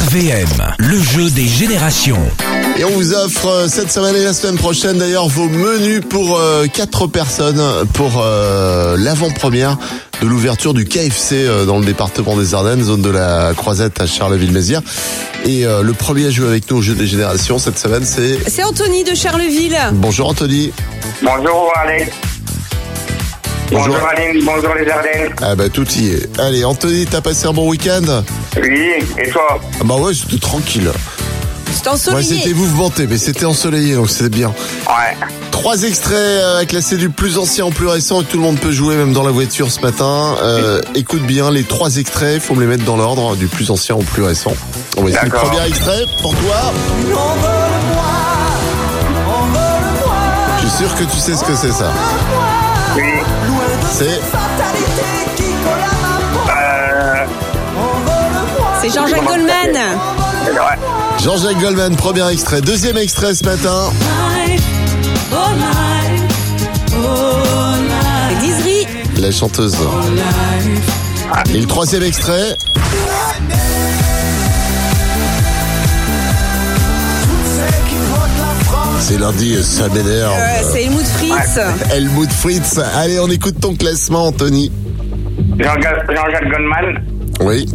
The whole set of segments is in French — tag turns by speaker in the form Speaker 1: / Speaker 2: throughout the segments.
Speaker 1: RVM, le jeu des générations.
Speaker 2: Et on vous offre euh, cette semaine et la semaine prochaine d'ailleurs vos menus pour euh, quatre personnes pour euh, l'avant-première de l'ouverture du KFC euh, dans le département des Ardennes, zone de la Croisette à Charleville-Mézières. Et euh, le premier à jouer avec nous au jeu des générations cette semaine, c'est
Speaker 3: C'est Anthony de Charleville.
Speaker 2: bonjour Anthony.
Speaker 4: Bonjour Alex.
Speaker 2: Bonjour.
Speaker 4: Bonjour, Aline, bonjour les Ardennes.
Speaker 2: Ah bah tout y est. Allez Anthony, t'as passé un bon week-end
Speaker 4: Oui, et toi
Speaker 2: Ah Bah ouais, c'était tranquille.
Speaker 3: C'est
Speaker 2: Ouais,
Speaker 3: ensoleillé.
Speaker 2: c'était mouvementé, mais c'était ensoleillé, donc c'était bien.
Speaker 4: Ouais.
Speaker 2: Trois extraits euh, classés du plus ancien au plus récent et tout le monde peut jouer même dans la voiture ce matin. Euh, écoute bien les trois extraits, faut me les mettre dans l'ordre du plus ancien au plus récent. On va essayer le
Speaker 4: D'accord.
Speaker 2: premier extrait pour toi. Je suis sûr que tu sais ce que c'est ça.
Speaker 4: Oui.
Speaker 2: C'est
Speaker 4: Euh,
Speaker 3: C'est Jean-Jacques Goldman.
Speaker 4: ouais.
Speaker 2: Jean-Jacques Goldman, premier extrait. Deuxième extrait ce matin.
Speaker 3: C'est Dizri.
Speaker 2: La chanteuse. Et le troisième extrait. C'est lundi, ça m'énerve.
Speaker 3: Euh, c'est Helmut Fritz.
Speaker 2: Helmut Fritz. Allez, on écoute ton classement, Anthony.
Speaker 4: Jean-Ga- Jean-Jacques Goldman.
Speaker 2: Oui.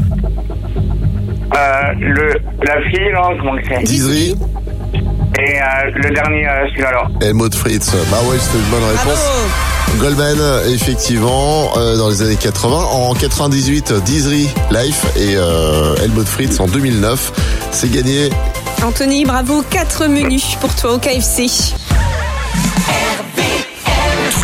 Speaker 4: Euh, le, la fille, là, comment c'est
Speaker 2: Dizri.
Speaker 4: Et euh, le dernier, euh, celui-là, là.
Speaker 2: Helmut Fritz. Bah ouais, c'était une bonne réponse. Goldman, effectivement, euh, dans les années 80. En 98, Dizri Life et euh, Helmut Fritz en 2009. C'est gagné.
Speaker 3: Bravo. Anthony, bravo. Quatre menus pour toi au KFC.
Speaker 1: Tous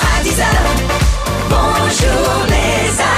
Speaker 5: à 10h, bonjour les Ardennes.